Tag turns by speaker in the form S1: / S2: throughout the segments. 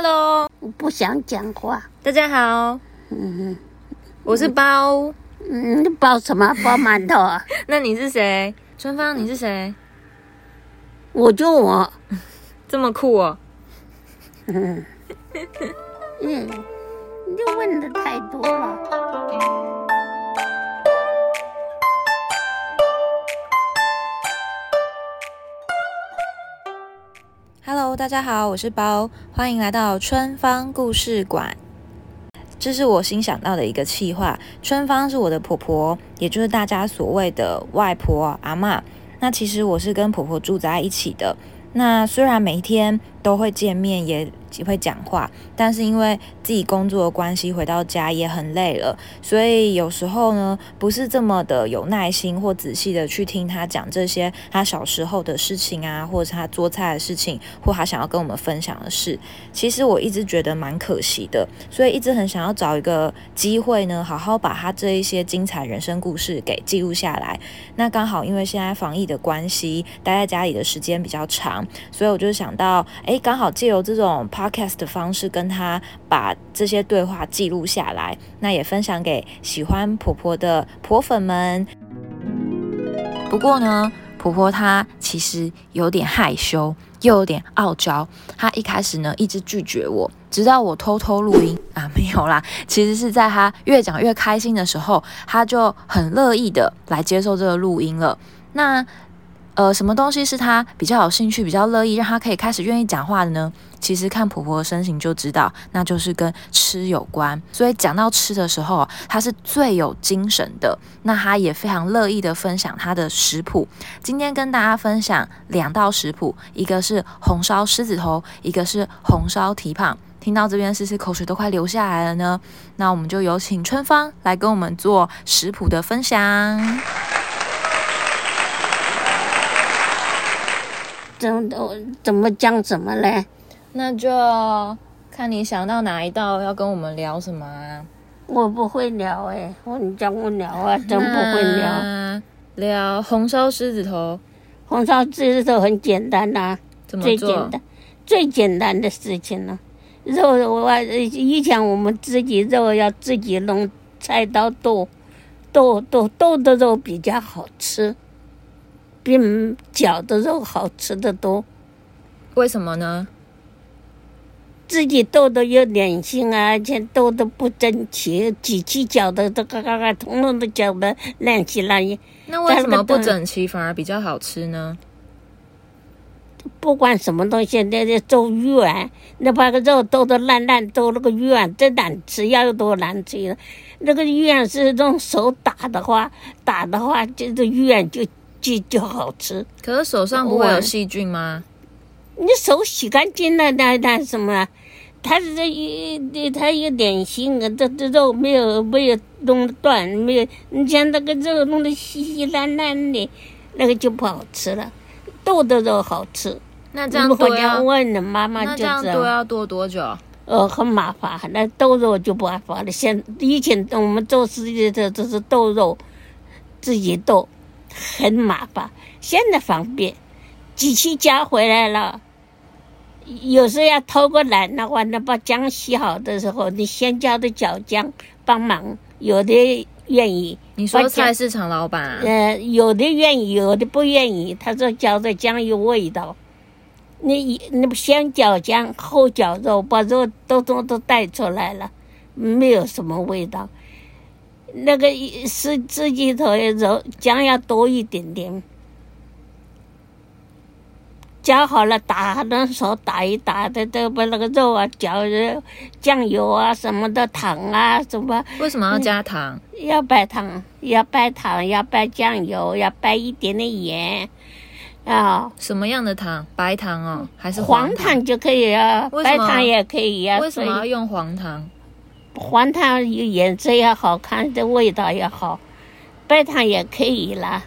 S1: Hello，
S2: 我不想讲话。
S1: 大家好，我是包。
S2: 嗯，你包什么？包馒头啊？
S1: 那你是谁？春芳，你是谁？
S2: 我就我，
S1: 这么酷哦！
S2: 嗯，你就问的太多了。
S3: Hello，大家好，我是包，欢迎来到春芳故事馆。这是我新想到的一个企划。春芳是我的婆婆，也就是大家所谓的外婆、阿嬷。那其实我是跟婆婆住在一起的。那虽然每一天都会见面，也会讲话，但是因为自己工作的关系，回到家也很累了，所以有时候呢，不是这么的有耐心或仔细的去听她讲这些她小时候的事情啊，或者是她做菜的事情，或她想要跟我们分享的事。其实我一直觉得蛮可惜的，所以一直很想要找一个机会呢，好好把她这一些精彩人生故事给记录下来。那刚好因为现在防疫的关系，待在家里的时间比较长，所以我就想到，诶，刚好借由这种 podcast 的方式，跟她把这些对话记录下来，那也分享给喜欢婆婆的婆粉们。不过呢，婆婆她其实有点害羞，又有点傲娇。她一开始呢一直拒绝我，直到我偷偷录音啊，没有啦， 其实是在她越讲越开心的时候，她就很乐意的来接受这个录音了。那呃，什么东西是她比较有兴趣、比较乐意，让她可以开始愿意讲话的呢？其实看婆婆的身形就知道，那就是跟吃有关。所以讲到吃的时候啊，她是最有精神的。那她也非常乐意的分享她的食谱。今天跟大家分享两道食谱，一个是红烧狮子头，一个是红烧蹄膀。听到这边，思思口水都快流下来了呢。那我们就有请春芳来跟我们做食谱的分享。
S2: 怎我怎么讲什么嘞？
S3: 那就看你想到哪一道要跟我们聊什么啊？
S2: 我不会聊哎、我你讲不了啊，真不会聊。
S3: 那聊红烧狮子头
S2: 红烧狮子头很简单啊呐、
S3: 怎
S2: 最
S3: 么
S2: 简
S3: 做？
S2: 单最简单的事情了、肉我我以前我们自己肉要自己弄，菜刀剁，剁剁剁的肉比较好吃，比绞的肉好吃的多。
S3: 为什么呢？
S2: 自己斗的有点心啊，而且斗的不争气，几起脚的都嘎嘎嘎，统统都搅的乱七八糟。
S3: 那为什么不
S2: 但是
S3: 整齐反而比较好吃呢？
S2: 不管什么东西，那那做软，那把个肉剁得烂烂，剁那个软真难吃，要有多难吃？那个软是用手打的话，打的话就是软就就就好吃。
S3: 可是手上不会有
S2: 我
S3: 细菌吗？
S2: 你手洗干净了，那那什么啊？它是这一，它有点心啊，这这肉没有没有弄断，没有，你像那个肉弄得稀稀烂烂的，那个就不好吃了。豆的肉好吃，
S3: 那这样
S2: 如果
S3: 剁
S2: 你要
S3: 要
S2: 问你妈妈
S3: 那
S2: 就
S3: 这样
S2: 知道
S3: 剁。要剁多久？
S2: 呃，很麻烦，那豆肉就不麻烦了。现以前我们做事情的都是豆肉，自己剁，很麻烦。现在方便，机器加回来了。有时要偷个懒的话，那把姜洗好的时候，你先叫的小姜帮忙，有的愿意，
S3: 你说
S2: 我讲
S3: 菜市场老板啊？
S2: 呃，有的愿意，有的不愿意。他说搅的姜有味道，你你不先搅姜后绞肉，把肉都都都带出来了，没有什么味道。那个一是自己头也揉姜要多一点点，搅好了打，那手打一打，的都把那个肉啊搅呃酱油啊什么的糖啊什么。
S3: 为什么要加糖？
S2: 要摆糖，要摆糖，要摆酱油，要摆一点点盐，啊，
S3: 什么样的糖？白糖哦，还是
S2: 嗯黄
S3: 糖？
S2: 糖就可以啊，
S3: 为什
S2: 白
S3: 么
S2: 糖也可以啊。
S3: 为什么
S2: 所
S3: 要
S2: 以
S3: 用黄糖？
S2: 黄糖有颜色也好看，这味道也好，白糖也可以啦。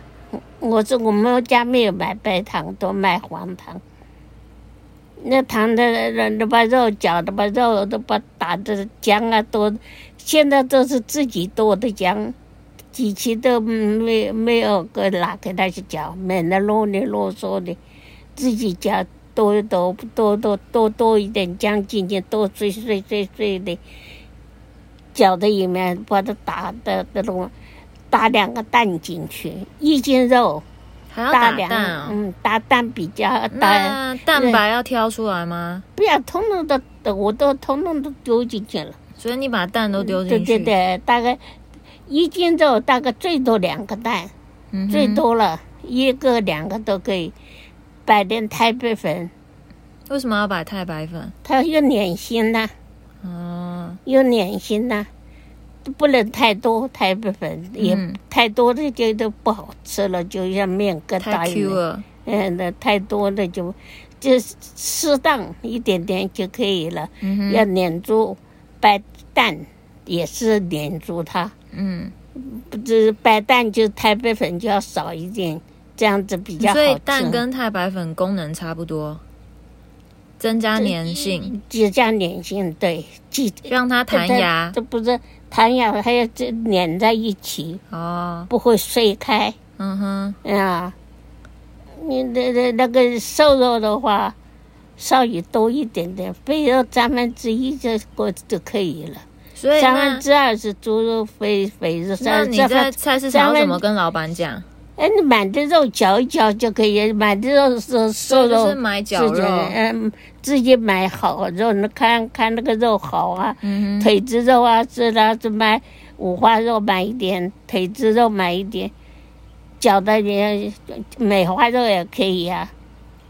S2: 我是我们家没有买白糖，都买黄糖。那糖的那那把肉绞的把肉都把打的姜啊都，现在都是自己剁的姜，机器都没没有个拿给他去绞，免得啰里啰嗦的，自己绞多多多多多多一点将进去，多碎碎碎碎的，搅的里面把它打的的弄，打两个蛋进去，一斤肉，
S3: 还要
S2: 打
S3: 打
S2: 两
S3: 蛋哦。
S2: 嗯打蛋比较打，
S3: 那蛋白要挑出来吗？
S2: 不要通通都都我都通通都丢进去了，
S3: 所以你把蛋都丢
S2: 对
S3: 进去，
S2: 对对，大概一斤肉大概最多两个蛋。
S3: 嗯哼
S2: 最多了一个两个都可以，摆点太白粉，
S3: 为什么要摆太白粉？
S2: 它有粘性呐、
S3: 哦，
S2: 有粘性呐、不能太多太白粉，也
S3: 嗯
S2: 太多的就都不好吃了，就像面疙瘩
S3: 太
S2: 一
S3: Q
S2: 样。
S3: 了。
S2: 嗯，那太多的就就是适当一点点就可以了，
S3: 嗯哼，
S2: 要粘住。白蛋也是粘住它，
S3: 嗯，
S2: 不是白蛋就太白粉就要少一点，这样子比较好
S3: 所
S2: 吃。
S3: 以蛋跟太白粉功能差不多，增加粘性，
S2: 就加粘性，对，挤
S3: 让它弹牙。
S2: 这不是弹牙，还要这粘在一起，
S3: 哦，
S2: 不会碎开
S3: 嗯哼，
S2: 啊。你那那那个瘦肉的话，稍微多一点点，肥肉三分之一就够就可以了，
S3: 所以
S2: 三分
S3: 那
S2: 之二是猪肉肥肥肉，
S3: 那
S2: 三
S3: 你
S2: 三
S3: 在
S2: 分
S3: 菜市场
S2: 三
S3: 要
S2: 分
S3: 怎么跟老板讲？
S2: 哎，你买的肉绞一绞就可以，买的肉是瘦
S3: 就
S2: 肉
S3: 是买绞
S2: 自己
S3: 肉，
S2: 嗯，自己买好肉，你看看那个肉好啊，
S3: 嗯哼，
S2: 腿子肉啊，是啦，是买五花肉买一点，腿子肉买一点，绞的也美花肉也可以呀、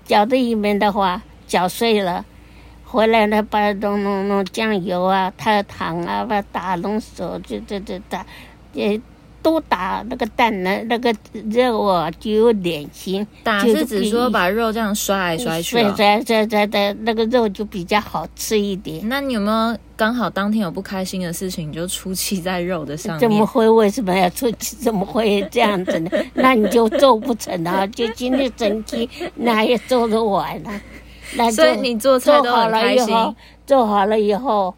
S2: 绞的里面的话，绞碎了，回来呢，把它弄弄弄酱油啊、它糖啊，把它打弄熟，就这这打，也都打那个蛋呢，那个肉啊就有点心，
S3: 打
S2: 就是
S3: 指
S2: 比
S3: 说把肉这样摔来摔去、哦。
S2: 摔摔摔摔，那个肉就比较好吃一点。
S3: 那你有没有刚好当天有不开心的事情，你就出气在肉的上
S2: 怎么
S3: 面？
S2: 会为什么要出去？怎么会这样子呢？那你就做不成啊！就今天整体那也做得完了、那就
S3: 所以你做菜
S2: 做
S3: 都
S2: 好
S3: 很
S2: 了
S3: 开
S2: 以
S3: 心，
S2: 后，做好了以后，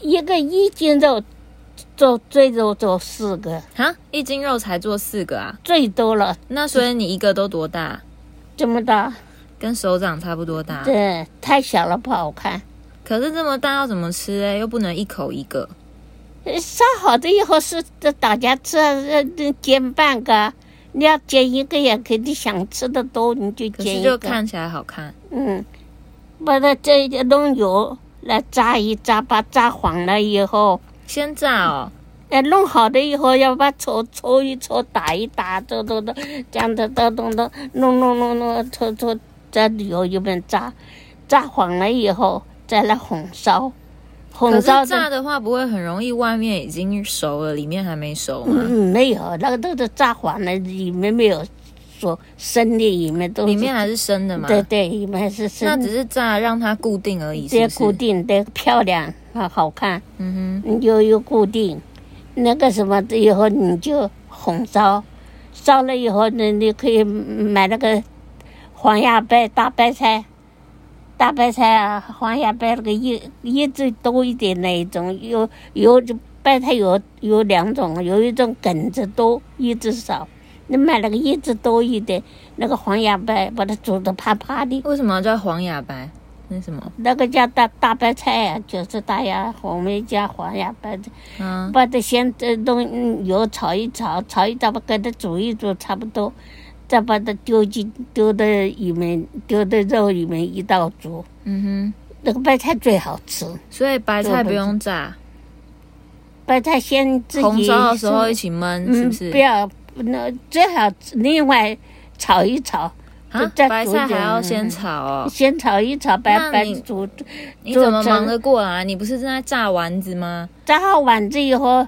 S2: 一个一斤肉做最多做四个，
S3: 哈，一斤肉才做四个啊？
S2: 最多了
S3: 那所以你一个都多大？
S2: 这么大，
S3: 跟手掌差不多大。
S2: 这太小了不好看。
S3: 可是这么大要怎么吃、欸？又不能一口一个。
S2: 烧好的以后是大家吃，呃，煎半个。你要煎一个也可以，你想吃的多你就
S3: 可
S2: 煎
S3: 是
S2: 一
S3: 就
S2: 个。
S3: 看起来好看。
S2: 嗯，把它这弄油来炸一炸，把它炸黄了以后，
S3: 先炸哦，
S2: 哎，弄好了以后要把它搓搓一搓，打一打，搓搓搓，这样的咚咚咚，弄弄弄弄，搓搓在油里面炸，炸黄了以后再来红烧，
S3: 可
S2: 红
S3: 是
S2: 烧
S3: 炸的话不会很容易，外面已经熟了，里面还没熟吗？
S2: 嗯，没有，那个都是炸黄了，里面没有说生的，里面都是
S3: 里面还是生的嘛？
S2: 嗯对对，里面是生
S3: 那
S2: 的
S3: 只是炸让它固定而已，
S2: 这
S3: 是不
S2: 固
S3: 是？
S2: 定的漂亮啊，好看。
S3: 嗯
S2: 又有固定，那个什么以后你就红烧，烧了以后呢，你可以买那个黄芽白大白菜，大白菜啊，黄芽白那个叶叶子多一点那一种，有有白菜有有两种，有一种梗子多，叶子少。你买那个叶子多一点，那个黄芽白把它煮的啪啪的，
S3: 哼，为什么要叫黄牙白？那什么？
S2: 那个叫大大白菜啊，就是大芽红梅加黄芽白菜。
S3: 嗯，
S2: 把它先这弄嗯油炒一炒，炒一炒，把给它煮一煮，差不多，再把它丢进丢到里面，丢到肉里面一道煮。
S3: 嗯
S2: 那个白菜最好吃，
S3: 哼，所以白菜不用炸，
S2: 白菜先自己
S3: 红烧的时候
S2: 是
S3: 一起焖，是
S2: 嗯
S3: 不是
S2: 不？要那最好另外炒一炒，
S3: 啊，
S2: 再
S3: 白
S2: 煮
S3: 菜还
S2: 点嗯
S3: 要先炒哦。
S2: 先炒一炒，白
S3: 那
S2: 白
S3: 你
S2: 煮
S3: 你怎么
S2: 做成
S3: 忙得过来？你不是正在炸丸子吗？
S2: 炸好丸子以后，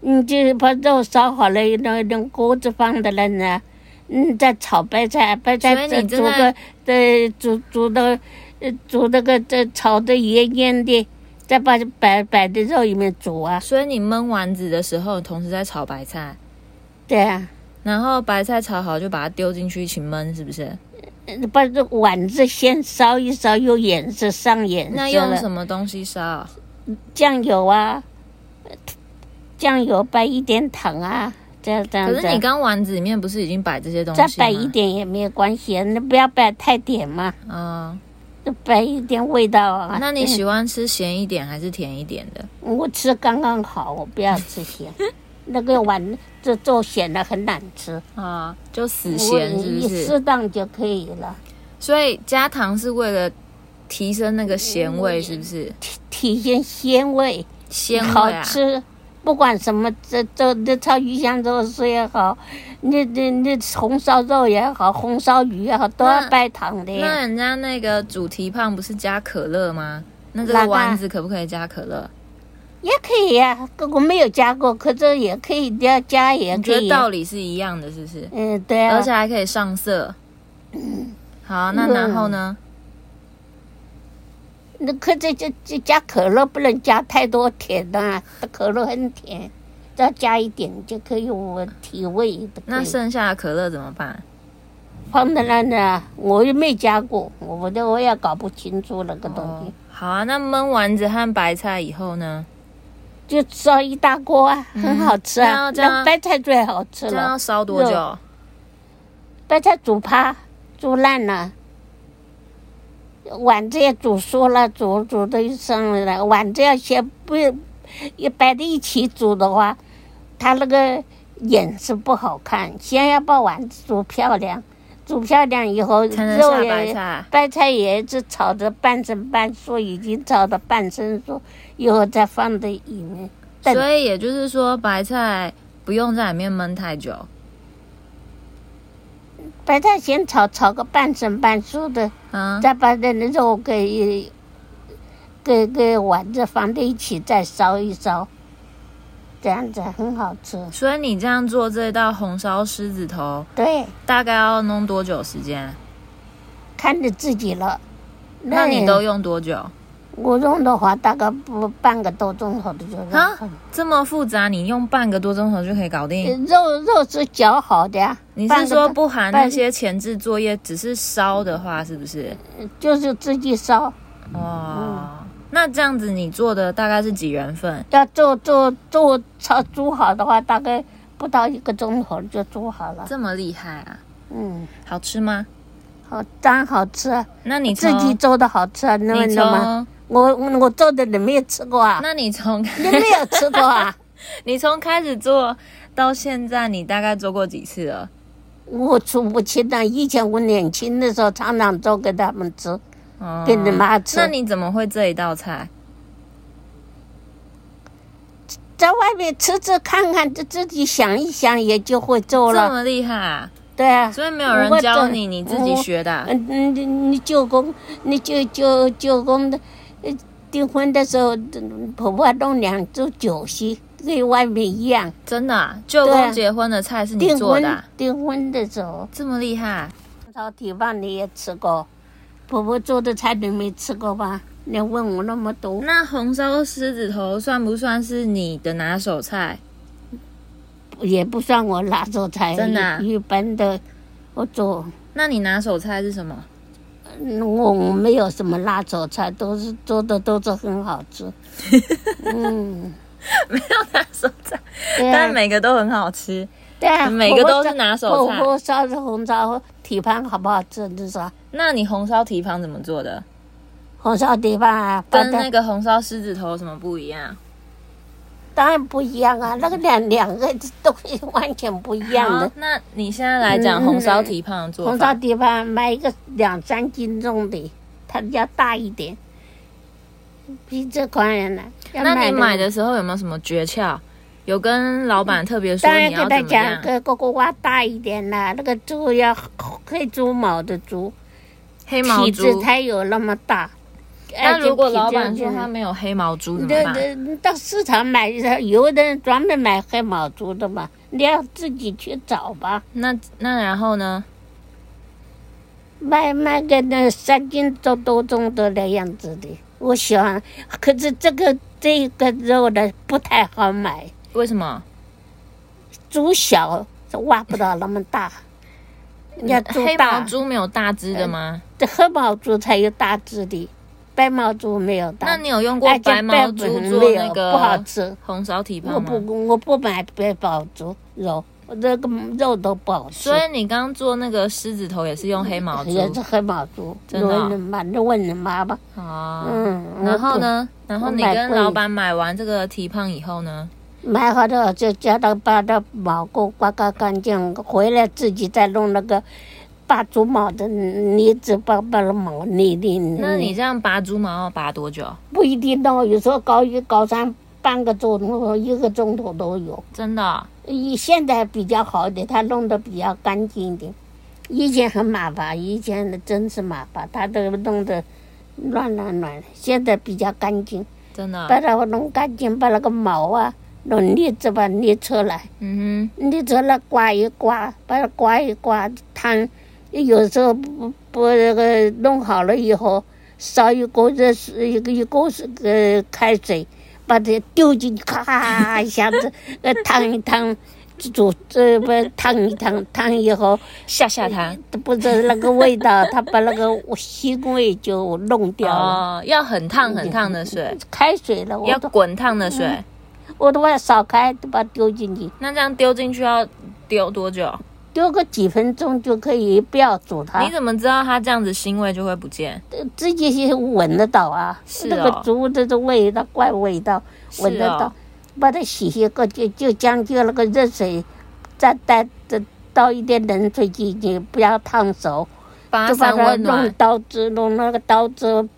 S2: 你就把肉烧好了，那那锅子放在那呢，嗯，再炒白菜，白
S3: 所以
S2: 菜
S3: 你
S2: 再
S3: 正
S2: 煮
S3: 在
S2: 个，再煮煮的，呃煮那个这炒的圆圆的，再把白白的肉里面煮啊，
S3: 所以你焖丸子的时候，同时在炒白菜，
S2: 对啊，
S3: 然后白菜炒好就把它丢进去一起焖，是不是？
S2: 呃把这丸子先烧一烧，有颜色上颜色
S3: 那用
S2: 了
S3: 什么东西烧？
S2: 酱油啊，呃酱油拌一点糖啊，这样这样
S3: 可
S2: 子。
S3: 是你刚丸子里面不是已经摆这些东西
S2: 再
S3: 吗？
S2: 摆一点也没有关系啊，你不要摆太点嘛，
S3: 嗯，
S2: 摆一点味道啊。嗯
S3: 那你喜欢吃咸一点还是甜一点的？
S2: 我吃刚刚好，我不要吃 咸，那个碗这做咸的很难吃，
S3: 啊，就死
S2: 我
S3: 咸是不
S2: 一
S3: 是？
S2: 适当就可以了，
S3: 所以加糖是为了提升那个咸味，是不是？
S2: 体体现鲜味，
S3: 鲜
S2: 嗯好
S3: 味啊，
S2: 吃。不管什么，这这那炒鱼香肉丝也好，那那那红烧肉也好，红烧鱼也好，都要
S3: 那
S2: 拜糖的
S3: 那
S2: 哎呀。
S3: 人家那个主题胖不是加可乐吗？那这
S2: 哪
S3: 个
S2: 个
S3: 丸子可不可以加可乐？
S2: 也可以呀、可我没有加过，可这也可以要加，也
S3: 你
S2: 可
S3: 觉得
S2: 以。
S3: 道理是一样的，是不是？
S2: 嗯，对啊。嗯
S3: 而且还可以上色。好，那然后呢？
S2: 那可这这这加可乐不能加太多甜的、啊，可乐很甜，只要加一点就可以我提味的。
S3: 那剩下的可乐怎么办？
S2: 放在那呢，我又没加过，我我都我也搞不清楚那个东西，
S3: 哦好啊，那焖丸子和白菜以后呢？
S2: 就烧一大锅啊，很好吃啊，
S3: 嗯这样这
S2: 那
S3: 样
S2: 白菜最好吃
S3: 这样要
S2: 了，
S3: 烧多久
S2: 肉？白菜煮趴煮烂了。丸子也煮熟了，煮煮的上来了。丸子要先不也摆在一起煮的话，它那个颜色不好看。先要把丸子煮漂亮，煮漂亮以后
S3: 才能下
S2: 肉
S3: 白
S2: 也
S3: 菜。
S2: 白菜也是炒的半生半熟，已经炒的半生熟，以后再放在里面。等
S3: 所以也就是说，白菜不用在里面焖太久。
S2: 白菜先炒炒个半生半熟的，
S3: 嗯，
S2: 再把那个肉给给给丸子放在一起再烧一烧，这样子很好吃。
S3: 所以你这样做这道红烧狮子头，
S2: 对，
S3: 大概要弄多久时间？
S2: 看你自己了。
S3: 那你都用多久？
S2: 我用的话，大概不半个多钟头的就弄
S3: 啊
S2: 好了。
S3: 这么复杂，你用半个多钟头就可以搞定？
S2: 肉肉是绞好的呀、
S3: 你
S2: 嗯半
S3: 是
S2: 个
S3: 说
S2: 钟
S3: 不含
S2: 半
S3: 那些前置作业，只是烧的话，是不是？
S2: 就是自己烧，
S3: 哦，那这样子你做的大概是几人份？
S2: 要做做做炒煮好的话，大概不到一个钟头就煮好了。
S3: 这么厉害啊？
S2: 嗯，
S3: 好吃吗？
S2: 好，当然好吃啊，
S3: 那你
S2: 自
S3: 从
S2: 己做的好吃啊，那么
S3: 你
S2: 那么。
S3: 从
S2: 我我做的你没有吃过啊？
S3: 那你从
S2: 你没有吃过啊？
S3: 你从开始做到现在，你大概做过几次了？
S2: 我数不清了。以前我年轻的时候，常常做给他们吃，
S3: 哦
S2: 给你妈吃。
S3: 那你怎么会这一道菜？
S2: 在外面吃吃看看，自自己想一想，也就会做
S3: 这
S2: 了。
S3: 么厉害、啊，
S2: 对啊。
S3: 所以没有人教你，你自己学的啊、
S2: 嗯嗯，你你舅公，你舅舅舅公的，呃订婚的时候，婆婆弄两桌酒席，跟外面一样。
S3: 真的、啊。舅
S2: 对
S3: 公
S2: 啊
S3: 结婚的菜是你
S2: 订
S3: 做
S2: 婚
S3: 的啊、
S2: 订婚的时候。
S3: 这么厉害啊、
S2: 炒铁饭你也吃过，婆婆做的菜你没吃过吧？你问我那么多，
S3: 那红烧狮子头算不算是你的拿手菜？
S2: 也不算我拿手菜，
S3: 真的啊
S2: 一一般的我做。
S3: 那你拿手菜是什么？
S2: 嗯我我没有什么拿手菜，都是做的都是很好 吃。嗯，
S3: 没有拿手菜，
S2: 对啊
S3: 但每个都很好吃。
S2: 对啊，
S3: 每个都是拿手菜
S2: 火锅烧的红烧蹄膀好不好吃？你说
S3: 那你红烧蹄膀怎么做的？
S2: 红烧蹄膀啊，
S3: 跟
S2: 放在
S3: 那个红烧狮子头有什么不一样？
S2: 当然不一样啊，那个两两个东西完全不一样的嗯
S3: 好。那你现在来讲红烧蹄膀的做
S2: 红烧
S3: 法，
S2: 蹄膀买一个两三斤重的，它要大一点，比这款人呢。要
S3: 那你
S2: 的
S3: 买的时候有没有什么诀窍？有跟老板特别说
S2: 当然
S3: 你
S2: 跟
S3: 要
S2: 他
S3: 怎么
S2: 讲，
S3: 样？
S2: 个个个挖大一点啦，那个猪要黑猪毛的猪，
S3: 黑毛
S2: 体质
S3: 猪。
S2: 才有那么大。
S3: 那
S2: 而且
S3: 如果
S2: 体质
S3: 老板
S2: 哎就
S3: 说
S2: 是
S3: 他没有黑毛猪怎么
S2: 对
S3: 办？
S2: 对，你到市场买，有的人专门买黑毛猪的嘛，你要自己去找吧。
S3: 那那然后呢？
S2: 卖卖个那三斤多多重的那样子的，我喜欢。可是这个这个肉呢不太好买，
S3: 为什么？
S2: 猪小挖不到那么大，你要猪
S3: 嗯黑毛
S2: 大，哎
S3: 猪没有大只的吗？
S2: 这黑毛猪才有大只的。白毛猪没有到。
S3: 那你有用过
S2: 哎这
S3: 白毛
S2: 白
S3: 猪
S2: 粉
S3: 做
S2: 没有
S3: 那个
S2: 哦不好吃
S3: 红烧蹄
S2: 我
S3: 膀吗？
S2: 不我不买白毛猪肉，我这个肉都不好吃
S3: 所。以你刚做那个狮子头也是用黑毛猪
S2: 也是黑毛猪，
S3: 真的哦
S2: 问你妈，就问你妈吧。
S3: 啊。
S2: 嗯，
S3: 然后呢？然后你
S2: 我买
S3: 跟
S2: 贵嗯
S3: 老板买完这个蹄膀以后呢？
S2: 我？买好的就叫他把它毛给我刮刮干净，回来自己再弄那个拔猪毛的泥子，把把那毛捏捏。捏
S3: 那你这样拔猪毛要拔多久？
S2: 不一定弄，有时候搞一搞上半个钟头、一个钟头都有。
S3: 真的哦
S2: 以现在比较好一点，他弄得比较干净一点。以前很麻烦，以前真是麻烦，他都弄得乱乱乱。现在比较干净，
S3: 真的哦
S2: 把。它弄干净，把那个毛啊弄捏着吧，捏出来，
S3: 嗯
S2: 捏出来刮一刮，把它刮一刮烫。有时候不不那个弄好了以后，烧一锅热水，一个一锅水呃开水，把它丢进去，咔一下子呃烫一烫，煮这不烫一烫，烫以后
S3: 嗯哼，下下它。
S2: 不是那个味道，它把那个腥味就弄掉了。
S3: 哦，要很烫很烫的水，
S2: 开水了，我嗯
S3: 要
S2: 都
S3: 滚烫的水。
S2: 我都把它扫开，都把它丢进去，
S3: 那这样丢进去要丢多久？
S2: 丢个几分钟就可以，不要煮它
S3: 你，怎么知道它这样子腥味就会不见？
S2: 呃自己是闻得到啊。
S3: 是
S2: 那
S3: 哦
S2: 个竹子的味道，怪味道，
S3: 是
S2: 闻得到。
S3: 哦
S2: 把它洗洗个，就就将就那个热水，再再再倒一点冷水进去，不要烫手，
S3: 把它
S2: 就把
S3: 散
S2: 它
S3: 温
S2: 弄
S3: 暖，
S2: 刀子，弄那个刀子，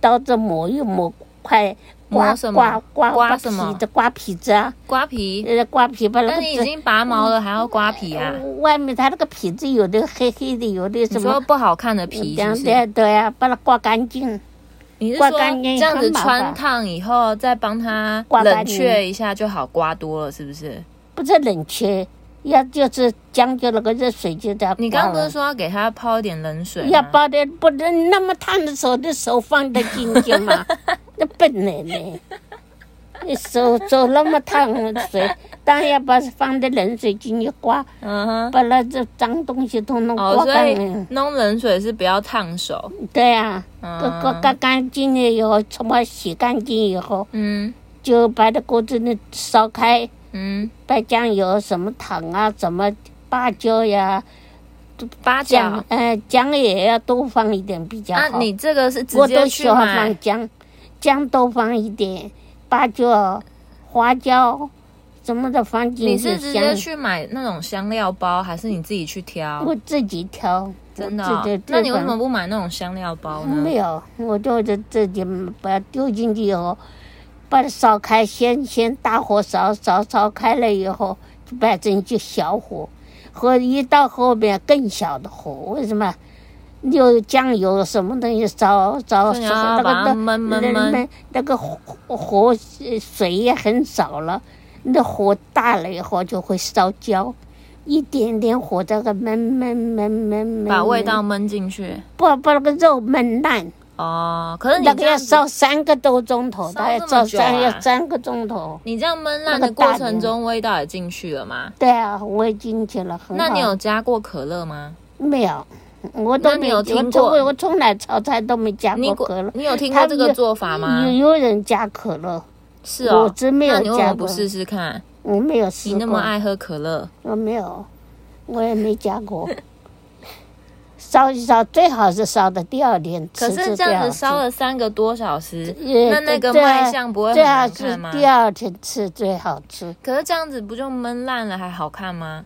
S2: 刀子磨一磨，快刮
S3: 磨什么
S2: 刮刮
S3: 刮
S2: 刮
S3: 什
S2: 皮
S3: 么
S2: 子，刮皮子啊，
S3: 刮皮。
S2: 呃，刮皮把那个
S3: 但你已
S2: 纸
S3: 经拔毛了，还要刮皮啊？
S2: 外面它那个皮子有的黑黑的，有的
S3: 你
S2: 什
S3: 说
S2: 么，
S3: 不好看的皮是不
S2: 对啊
S3: 是？
S2: 对啊，把它刮干净，
S3: 你是说
S2: 刮干
S3: 这
S2: 净
S3: 样子
S2: 很麻烦
S3: 穿烫以后，再帮它
S2: 刮干
S3: 冷
S2: 净
S3: 却一下就好刮多了，是不是？
S2: 不是冷却，要就是将就那个热水就这样。
S3: 你刚刚不是说要给它泡一点冷水吗？
S2: 要把的不能那么烫的时候，的手放得进去 嘛？那笨呢你，你手手那么烫的水，当然要把放的冷水进去刮，
S3: 嗯哼。
S2: 把那这脏东西通通
S3: 哦，
S2: 嗯刮
S3: 所
S2: 干
S3: 以
S2: 净。
S3: 弄冷水是不要烫手。
S2: 对呀、啊，刮刮
S3: 嗯
S2: 干干净了以后，什么洗干净以后。
S3: 嗯
S2: 就把这锅子呢烧开，
S3: 嗯，
S2: 把酱油、什么糖啊、什么芭蕉呀、
S3: 八角
S2: 酱，。呃，姜也要多放一点比较
S3: 啊，
S2: 好。
S3: 你这个是直
S2: 我都
S3: 接
S2: 喜
S3: 去
S2: 欢
S3: 买
S2: 放姜，姜多放一点，芭蕉、花椒什么的放进
S3: 你
S2: 去
S3: 是直接
S2: 香。
S3: 去买那种香料包，还是你自己去挑
S2: 我？自己挑，
S3: 真的
S2: 我
S3: 哦、
S2: 自己
S3: 那你为什么不买那种香料包呢？
S2: 没有，我就是自己把它丢进去以后，把它烧开，先先大火烧烧烧开了以后，就摆成就小火，和一到后面更小的火，为什么？有酱油什么东西烧烧
S3: 所
S2: 烧
S3: 以要
S2: 那
S3: 把它
S2: 个
S3: 焖焖
S2: 那
S3: 焖
S2: 那那个火火水也很少了，那火大了以后就会烧焦，一点点火这个焖焖焖焖焖，
S3: 把味
S2: 焖
S3: 道焖进去
S2: 把把那个肉焖烂，
S3: 哦。可是你
S2: 那
S3: 这
S2: 个要
S3: 样子，
S2: 烧三个多钟头，
S3: 烧
S2: 大概
S3: 这么
S2: 烧
S3: 久
S2: 三
S3: 啊
S2: 要三个钟头。
S3: 你这样焖烂
S2: 那个
S3: 的过
S2: 大
S3: 程
S2: 饼
S3: 中，味道也进去了吗？
S2: 对啊，我也进去了，很好。
S3: 那你有加过可乐吗？
S2: 没有？我都
S3: 那你
S2: 没
S3: 有
S2: 我
S3: 听
S2: 从
S3: 过
S2: 我从来炒菜都没加
S3: 你
S2: 过可乐。
S3: 你有听
S2: 他
S3: 过
S2: 们
S3: 这个做法吗
S2: 有？有人加可乐，
S3: 是哦，
S2: 我真没有
S3: 那你为什
S2: 加
S3: 么
S2: 过
S3: 不试试看？
S2: 我没有试
S3: 你
S2: 过。
S3: 那么爱喝可乐，
S2: 我没有，我也没加过。 烧一烧，最好是烧的第二天吃
S3: 可是
S2: 是
S3: 这
S2: 最
S3: 样
S2: 好
S3: 子
S2: 吃。
S3: 烧了三个多小时，
S2: 呃，
S3: 那那个
S2: 对啊
S3: 卖相不会很
S2: 最好
S3: 难
S2: 是
S3: 看吗？
S2: 第二天吃最好吃。
S3: 可是这样子不就焖烂了还好看吗？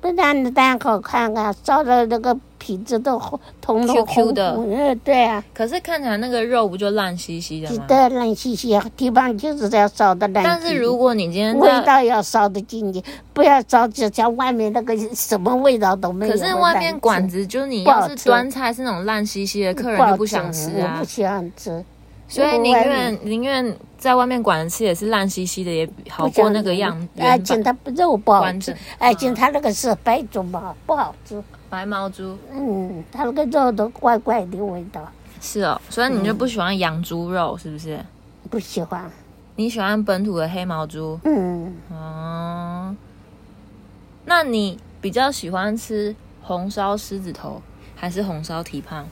S2: 不然你蛋好看啊，烧的那个皮子都红，通通
S3: Q
S2: 红
S3: Q 的
S2: 红的，对啊，
S3: 可是看起来那个肉不就烂兮兮的
S2: 记
S3: 吗？
S2: 得烂兮兮啊，地方就是要烧的烂
S3: 但
S2: 兮兮。
S3: 是如果你今天
S2: 味
S3: 在，
S2: 道要烧的进去，不要烧就像外面那个什么味道都没有。
S3: 可是外面馆
S2: 子
S3: 子就是你
S2: 不好
S3: 要是
S2: 吃
S3: 端菜是那种烂兮兮的，客人就不想吃
S2: 我
S3: 啊
S2: 不。喜欢吃，
S3: 所以宁
S2: 外面
S3: 愿宁愿在外面馆子吃也是烂兮兮的，也好
S2: 不想哎
S3: 过那个样
S2: 而
S3: 原
S2: 且
S3: 版
S2: 它肉不好
S3: 完
S2: 吃
S3: 整，
S2: 而且它那个是白煮嘛，不好吃。
S3: 白毛猪
S2: 嗯，它那个肉都怪怪的味道，
S3: 是哦，所以你就不喜欢羊猪肉是不是？
S2: 不喜欢。
S3: 你喜欢本土的黑毛猪
S2: 嗯，
S3: 哦？那你
S2: 嗯
S3: 比较喜欢吃红烧狮子头还是红烧蹄膀？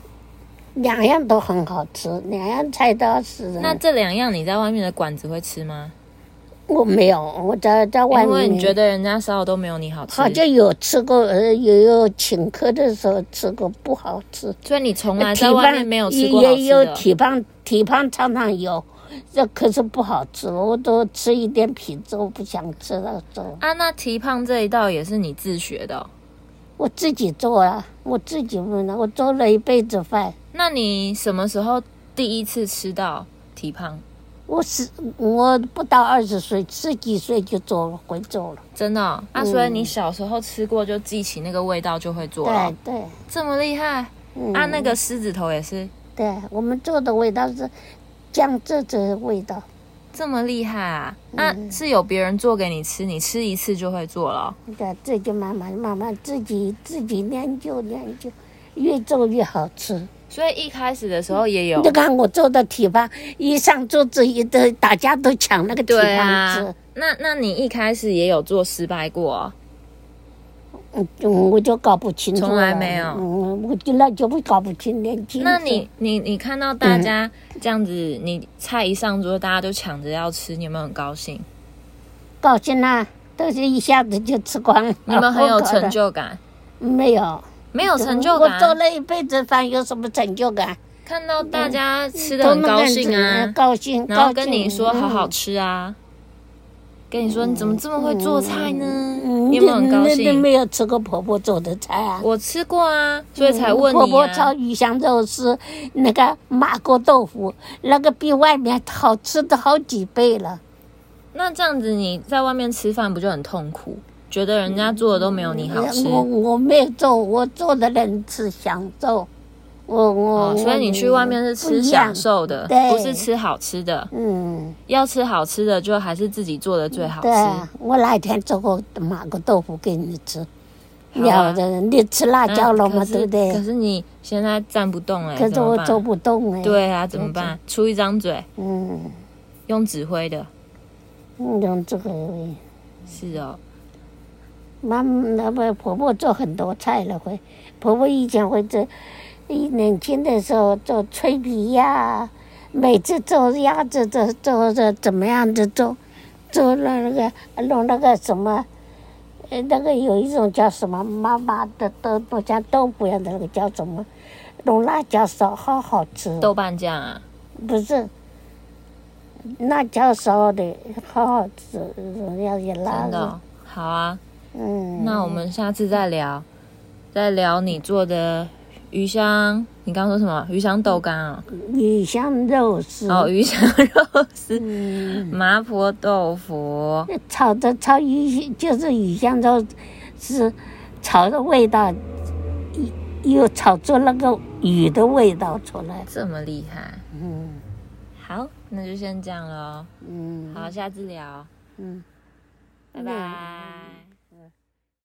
S2: 两样都很好吃，两样菜都要死人。
S3: 那这两样你在外面的馆子会吃吗？
S2: 我没有，我在在外
S3: 因为
S2: 面，
S3: 你觉得人家烧的都没有你好吃，
S2: 好像有吃过，呃，有有请客的时候吃过，不好吃。
S3: 所以你从来
S2: 体
S3: 在外面
S2: 胖
S3: 没有吃过好
S2: 呃也
S3: 吃
S2: 有
S3: 的。
S2: 体胖，体胖常常有，这可是不好吃。我都吃一点皮子，我不想吃了，走。
S3: 啊，那蹄胖这一道也是你自学的哦、
S2: 我自己做啊，我自己弄的，我做了一辈子饭。
S3: 那你什么时候第一次吃到蹄胖？
S2: 我是我不到二十岁，十几岁就做了，会做了。
S3: 真的哦、
S2: 嗯
S3: 啊，所以你小时候吃过就记起那个味道就会做了哦
S2: 对，对，
S3: 这么厉害、
S2: 嗯，
S3: 啊！那个狮子头也是
S2: 对我们做的味道是酱汁的味道。
S3: 这么厉害啊！
S2: 嗯
S3: 那、是有别人做给你吃，你吃一次就会做了哦、
S2: 对，自己慢慢慢慢自己自己研究研究，越做越好吃。
S3: 所以一开始的时候也有
S2: 你看我做的蹄膀，一上桌子一都大家都抢那个蹄
S3: 对
S2: 膀吃
S3: 啊，，那那你一开始也有做失败过、哦？
S2: 嗯嗯，我就搞不清楚了。
S3: 从来没有
S2: 嗯，我就那就不搞不清年轻。
S3: 那你你你看到
S2: 嗯
S3: 大家这样子，你菜一上桌，大家都抢着要吃，你有没有很高兴？
S2: 高兴啦、都是一下子就吃光了。
S3: 你们很有
S2: 啊我搞的
S3: 成？就感，
S2: 没有
S3: 没有成就
S2: 我做
S3: 感。啊
S2: 了一辈子饭，有什么成就感？
S3: 看到大家吃的
S2: 嗯都
S3: 很高兴啊，
S2: 高兴。
S3: 然后
S2: 高
S3: 跟
S2: 兴
S3: 你说好。
S2: 嗯
S3: 好吃啊，跟你说你怎么这么会做菜呢？
S2: 嗯
S3: 你有没有很高
S2: 那那
S3: 兴？
S2: 没有吃过婆婆做的菜啊。
S3: 我吃过啊，所以才问
S2: 婆
S3: 你
S2: 婆
S3: 啊
S2: 炒。鱼香肉丝，那个麻婆豆腐，那个比外面好吃的好几倍了。
S3: 那这样子你在外面吃饭不就很痛苦？觉得人家做的都没有你好吃，
S2: 我我没有做，我做的人是享受。我我、
S3: 哦，所以你去外面是
S2: 不
S3: 吃
S2: 一样
S3: 享。受的，
S2: 对
S3: 不是吃好吃的。
S2: 嗯，
S3: 要吃好吃的，就还是自己做的最好吃
S2: 对。啊，我哪天做过麻婆豆腐给你吃，
S3: 好啊
S2: 要的你吃辣
S3: 嗯
S2: 椒了
S3: 可
S2: 吗？
S3: 是
S2: 对不
S3: 可
S2: 对？
S3: 是你现在站不动哎、
S2: 可是
S3: 怎么
S2: 我
S3: 办
S2: 做不动哎。，
S3: 对啊，怎么办？出一张嘴，
S2: 嗯，
S3: 用指挥的，
S2: 用这个味。
S3: 是哦。
S2: 妈那不婆婆做很多菜了，会婆婆以前会做，一年轻的时候做脆皮呀，每次做鸭子做做做怎么样子做，做那个弄那个什么，呃，那个有一种叫什么妈妈的豆豆像豆腐一样的那个叫什么，弄辣椒烧好好吃哦，
S3: 豆瓣酱啊，
S2: 不是。辣椒烧的好好吃，要也辣
S3: 真的
S2: 的，
S3: 哦、好啊。
S2: 嗯，
S3: 那我们下次再聊，再聊你做的鱼香。你刚刚说什么？鱼香豆干啊、
S2: 鱼香肉丝
S3: 哦，鱼香肉丝、
S2: 嗯，
S3: 麻婆豆腐。
S2: 炒的炒鱼就是鱼香肉，是炒的味道，又又炒出那个鱼的味道出来。
S3: 这么厉害，
S2: 嗯
S3: 好，那就先这样喽。
S2: 嗯
S3: 好，下次聊，
S2: 嗯，
S3: 拜拜。